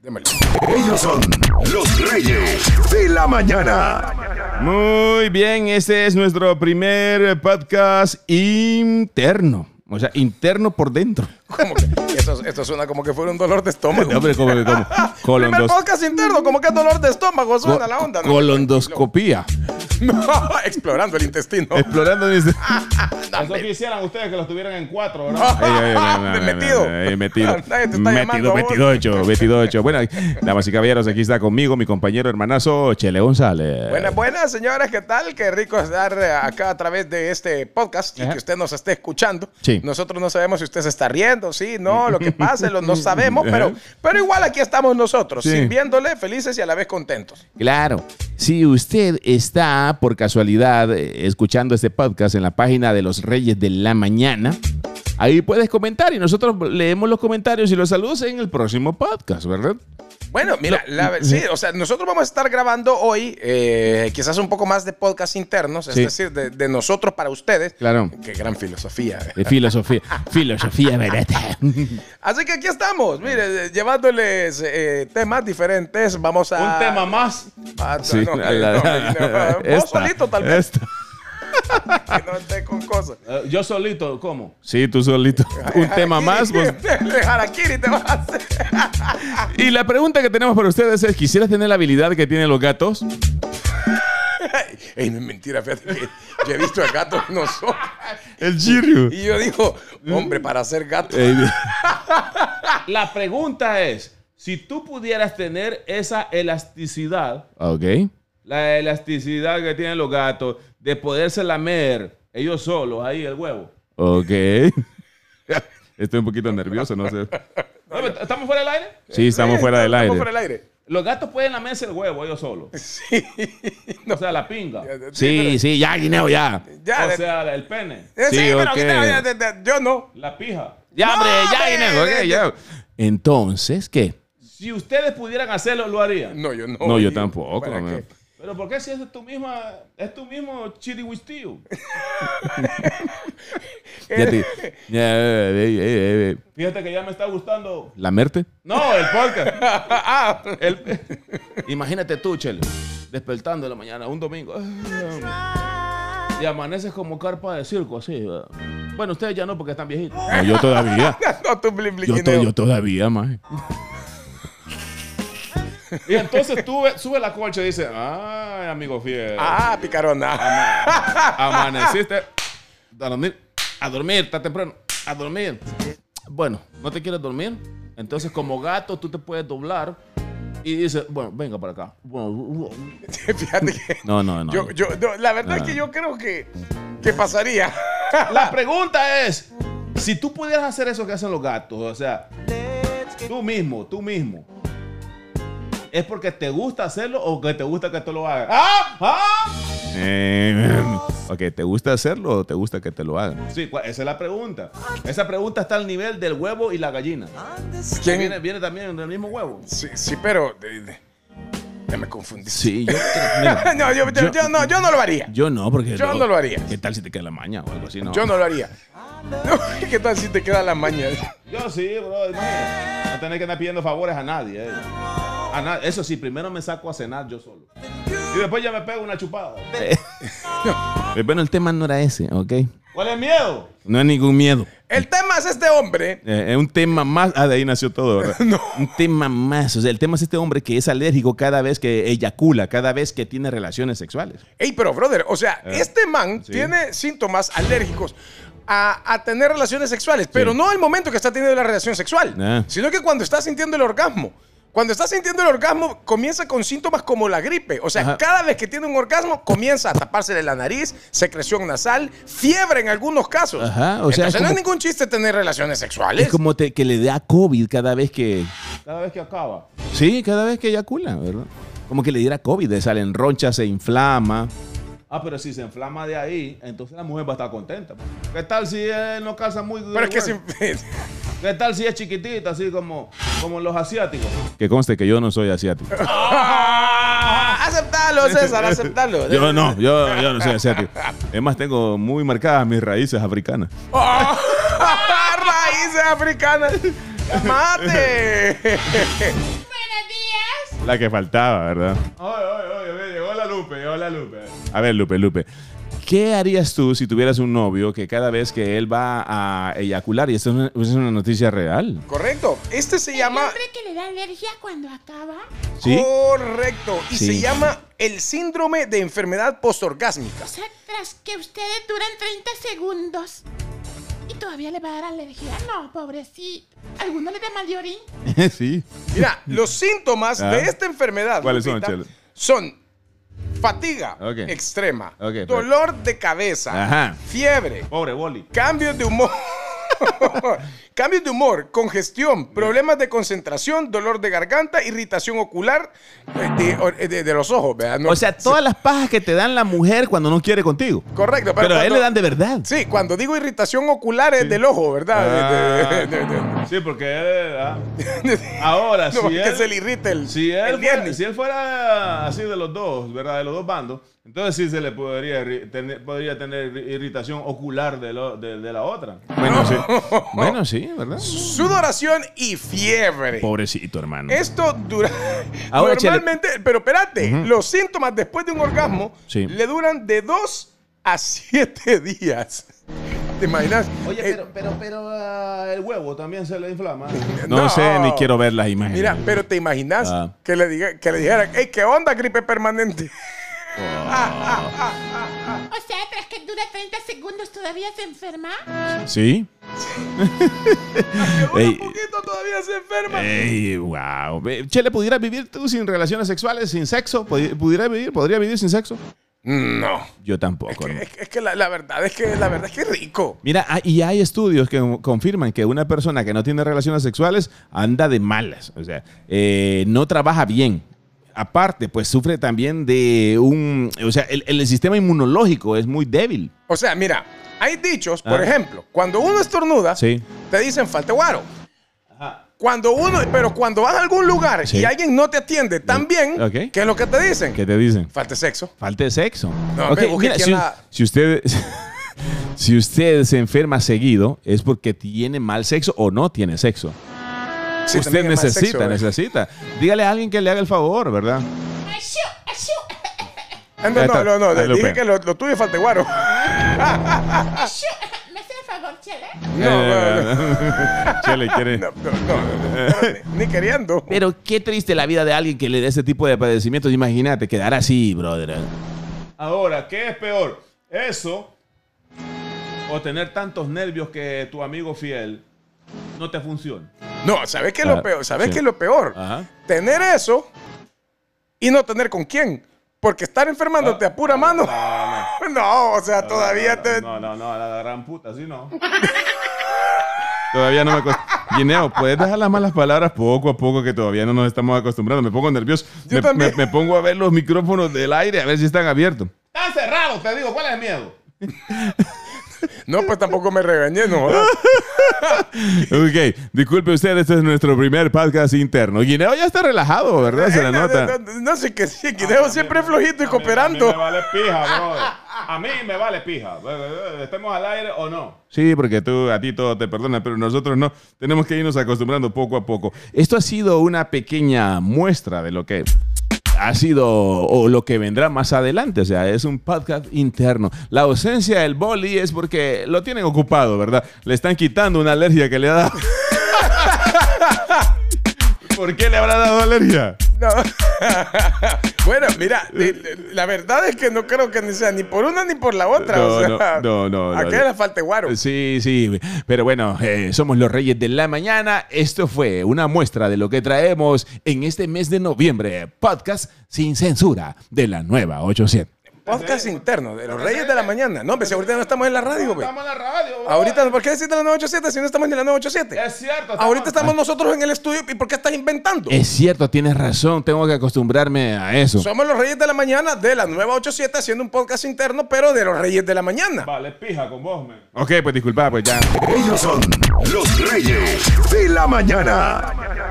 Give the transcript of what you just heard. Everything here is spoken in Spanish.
Démelo. Ellos son los reyes de la mañana. Muy bien, este es nuestro primer podcast interno. O sea, interno por dentro. Como que eso, esto suena como que fuera un dolor de estómago. No, pero como, como colondos- Primer podcast interno, como que es dolor de estómago, suena la onda. ¿no? colondoscopía. No, explorando el intestino. Eh. Explorando dice. Dame. Eso quisieran ustedes que los tuvieran en cuatro, No. De metido. metido. Nadie te está llamando Metido, a vos. 28, 28. Bueno, damas y caballeros, aquí está conmigo mi compañero hermanazo Chele González. Buenas, buenas, señores, ¿qué tal? Qué rico estar eh, acá a través de este podcast y Ajá. que usted nos esté escuchando. Sí. Nosotros no sabemos si usted se está riendo, sí, no, lo que pase, lo, no sabemos, pero, Ajá. pero igual aquí estamos nosotros, Sí. sirviéndole felices y a la vez contentos. Claro. Si usted está por casualidad eh, escuchando este podcast en la página de los Reyes de la Mañana, ahí puedes comentar y nosotros leemos los comentarios y los saludos en el próximo podcast, ¿verdad? Bueno, mira, la- sí, o sea, nosotros vamos a estar grabando hoy eh, quizás un poco más de podcast internos, es Sí. decir, de, de nosotros para ustedes. Claro. Qué gran filosofía. eh. De filosofía, filosofía barata. Así que aquí estamos, mire, eh, llevándoles eh, temas diferentes. Vamos a. más. Ah, no, Sí, no, la- la- no, no, no, vos esta, solito tal vez. esta. Que no esté con cosas. Eh, yo solito, ¿cómo? Sí, tú solito. Un tema más. pues. vos- Harakiri te vas a hacer. Y la pregunta que tenemos para ustedes es, ¿quisieras tener la habilidad que tienen los gatos? Ey, no es mentira, fíjate que yo he visto a gatos en nosotros. El Giryu. Y yo digo, hombre, para ser Eh, gato. La pregunta es, si tú pudieras tener esa elasticidad, ok. la elasticidad que tienen los gatos, de poderse lamer ellos solos ahí el huevo. Ok. Estoy un poquito nervioso, no sé. No, pero ¿Estamos fuera del aire? Sí, estamos Sí, fuera del aire. Estamos fuera del aire. Los gatos pueden lamerse el huevo ellos solos. O sea, la pinga. Sí, sí, ya, Guineo, ya. Ya, o de- sea, el pene, eh, sí, sí, pero ok. ahorita, de- de- yo no. la pija. Ya, hombre, hombre, ya, Guineo, ok, de- ya. Entonces, ¿qué? Si ustedes pudieran hacerlo, lo harían. No, yo no. No, yo Y- tampoco, ¿para man. qué? Pero ¿por qué si es tu misma, es tu mismo chirihuistío? Ya te. Ya, eh, eh, eh, eh, Fíjate que ya me está gustando. ¿Lamerte? No, el podcast. Ah, El- Imagínate tú, Chel, despertando en la mañana, un domingo. ay, Y amaneces como carpa de circo, así. ¿verdad? Bueno, ustedes ya no porque están viejitos. No, yo todavía. no, tú blin, blin, Yo, to- guineo. yo todavía, más. Y entonces tú ve- subes la colcha y dices, ay, amigo fiel, Ah, picarona. amaneciste a dormir, a dormir, está temprano, a dormir. Bueno, ¿no te quieres dormir? Entonces como gato tú te puedes doblar y dices, bueno, venga para acá. Bueno, Fíjate que. No, no, no. Yo, yo, no, la verdad Ah. es que yo creo que. ¿Qué pasaría? La pregunta es, si tú pudieras hacer eso que hacen los gatos, o sea, tú mismo, tú mismo, ¿es porque te gusta hacerlo o que te gusta que te lo hagan? ¡Ah! ¡Ah! Eh, ok, ¿te gusta hacerlo o te gusta que te lo hagan? Sí, cua- esa es la pregunta. Esa pregunta está al nivel del huevo y la gallina. Que ¿Quién? viene, viene también del mismo huevo. Sí, sí, pero. de- de- ya me confundí. Sí, yo. mira, No, yo, yo- Yo- yo no, yo no lo haría. yo no, porque. Yo no lo haría. ¿Qué tal si te queda la maña o algo así? No. Yo no lo haría. ¿Qué tal si te queda la maña? Yo sí, bro. imagínate. No tenés que andar pidiendo favores a nadie. eh. A na- Eso sí, primero me saco a cenar yo solo. Y después ya me pego una chupada. Eh, Bueno, el tema no era ese, ok. ¿Cuál es el miedo? No hay ningún miedo. El tema es este hombre. Eh, es un tema más. Ah, de ahí nació todo, ¿verdad? No. Un tema más. O sea, el tema es este hombre que es alérgico cada vez que eyacula, cada vez que tiene relaciones sexuales. Ey, pero brother, o sea, Eh, este man sí. tiene síntomas alérgicos a, a tener relaciones sexuales, pero no al momento que está teniendo la relación sexual, Ah. sino que cuando está sintiendo el orgasmo. Cuando está sintiendo el orgasmo, comienza con síntomas como la gripe. O sea, Ajá. cada vez que tiene un orgasmo, comienza a tapársele la nariz, secreción nasal, fiebre en algunos casos. Ajá, o sea, Entonces, no es como- ningún chiste tener relaciones sexuales. Es como te- que le da COVID cada vez que. Cada vez que acaba. Sí, cada vez que eyacula, ¿verdad? Como que le diera COVID, le salen ronchas, se inflama. Ah, pero si se inflama de ahí, entonces la mujer va a estar contenta. pues. ¿Qué tal si él no calza muy duro? Pero es que güey? si- ¿Qué tal si es chiquitita, así como, como los asiáticos? Que conste que yo no soy asiático. aceptalo, César, aceptalo. Yo no, yo, yo no soy asiático. Es más, tengo muy marcadas mis raíces africanas. Oh, ¡Ah, raíces africanas. ¡Mate! La que faltaba, ¿verdad? Oye, oye, oye, llegó la Lupe, llegó la Lupe. A ver, Lupe, Lupe. ¿Qué harías tú si tuvieras un novio que cada vez que él va a eyacular, y esto es una, pues, es una noticia real? Correcto. Este se El llama. hombre que le da alergia cuando acaba. ¿Sí? Oh. Correcto. Y Sí. se llama el síndrome de enfermedad postorgásmica. O sea, tras que ustedes duran 30 segundos. Y todavía le va a dar alergia. No, pobrecito. ¿Alguno le da mal de orín? sí. Mira, los síntomas Ah. de esta enfermedad ¿Cuáles son, Lupita, Chelo? son fatiga Ok. extrema, Ok, pero- dolor de cabeza, Ajá. fiebre, Pobre Boli. cambios de humor. Cambios de humor, congestión, problemas de concentración, dolor de garganta, irritación ocular eh, de, eh, de- de los ojos, ¿verdad? No- O sea, todas las pajas que te dan la mujer cuando no quiere contigo. Correcto, Pero, a él cuando- le dan de verdad. Sí, cuando digo irritación ocular es del ojo, Ah. ¿verdad? De- de- de- de- Sí, porque él, ah. Ahora, No, si que él, se le irrita el, si, él el fuera, viernes. si él fuera así de los dos, ¿verdad? De los dos bandos, entonces sí se le podría, irri- tener, podría tener irritación ocular de, lo- de- de la otra. Bueno, sí. Bueno, sí, ¿verdad? Sudoración y fiebre. Pobrecito, hermano. Esto dura. Ahora, normalmente, pero espérate, los síntomas después de un orgasmo Sí. le duran de 2 a 7 días. ¿Te imaginas? Oye, Eh, pero, pero, pero ah, el huevo también se le inflama. No, sé, ni quiero ver las imágenes. Mira, pero te imaginas Ah. que le diga, que le dijeran, hey, ¿qué onda, gripe permanente? O sea, tras que dura 30 segundos todavía se enferma. ¿Sí? Un Ey. Eh. poquito todavía se enferma. Ey, wow. Ve, Chele, ¿pudieras vivir tú sin relaciones sexuales, sin sexo? ¿Pudi- ¿Pudieras vivir? ¿Podría vivir sin sexo? No. Yo tampoco. hermano. Es, es que la, la verdad es que la verdad es que es rico. Mira, ah, y hay estudios que confirman que una persona que no tiene relaciones sexuales anda de malas, o sea, eh, no trabaja bien. Aparte, pues sufre también de un, o sea, el, el sistema inmunológico es muy débil. O sea, mira, hay dichos, por Ah. ejemplo, cuando uno estornuda, Sí. te dicen falta guaro. Ajá. Cuando uno, pero cuando vas a algún lugar Sí. y alguien no te atiende tan bien, Ok. ¿qué es lo que te dicen? ¿Qué te dicen? Falta sexo. Falta de sexo. No, Ok, me busqué mira, aquí si, en la- si usted si usted se enferma seguido es porque tiene mal sexo o no tiene sexo. Sí, usted también es más necesita, sexo, ¿eh? ¿verdad? necesita. Dígale a alguien que le haga el favor, ¿verdad? ¡Achú! ¡Achú! Ah, Ahí No, no, está. no, no, Ahí lo dije ven. que lo, lo tuyo es falta guaro. ¡Achú! ¿Me hace el favor, Chela? No, Eh. no, Chele quiere. no, no, no, no, ni, ni queriendo. Pero qué triste la vida de alguien que le dé ese tipo de padecimientos. Imagínate, quedar así, brother. Ahora, ¿qué es peor? ¿Eso o tener tantos nervios que tu amigo fiel no te funciona? No, ¿sabes qué es lo Ah, peor? ¿Sabes sí. qué es lo peor? Ajá. Tener eso y no tener con quién. Porque estar enfermándote Ah. a pura mano. No, o sea, todavía te. No, no, no, a la gran puta, sí no. Todavía no me acost- Guineo, ¿puedes dejar las malas palabras poco a poco que todavía no nos estamos acostumbrando? Me pongo nervioso. Yo Me- también. me- me pongo a ver los micrófonos del aire a ver si están abiertos. Están cerrados, te digo, ¿cuál es el miedo? No, pues tampoco me regañé, no. Ok, disculpe usted, este es nuestro primer podcast interno. Guineo ya está relajado, ¿verdad? Se la No, nota. Ah, No, no, no, sí que sí, Guineo siempre es flojito y A mí me cooperando. vale pija, brother. A mí me vale pija. Estemos al aire o no. Sí, porque tú, a ti todo te perdona, pero nosotros no. Tenemos que irnos acostumbrando poco a poco. Esto ha sido una pequeña muestra de lo que ha sido o lo que vendrá más adelante. O sea, es un podcast interno. La ausencia del boli es porque lo tienen ocupado, ¿verdad? Le están quitando una alergia que le ha dado. ¿Por qué le habrá dado alergia? No. bueno, mira, de- de- la verdad es que no creo que ni sea ni por una ni por la otra. No, o sea, no, no, no, no. ¿A qué le falta guaro? Sí, sí, pero bueno, eh, somos los Reyes de la Mañana. Esto fue una muestra de lo que traemos en este mes de noviembre. Podcast sin censura de la nueva 87. Podcast interno de los Reyes de la Mañana. No, pues ahorita no estamos en la radio, güey. Estamos en la radio. brother. Ahorita, ¿por qué decís de la 987 si no estamos ni en la 987? Es cierto. Ahorita estamos nosotros en el estudio y ¿por qué estás inventando? Es cierto, tienes razón, tengo que acostumbrarme a eso. Somos los Reyes de la Mañana de la nueva 87 haciendo un podcast interno, pero de los Reyes de la Mañana. Vale pija con vos, men. Ok, pues disculpa, pues ya. Ellos son los reyes de la mañana.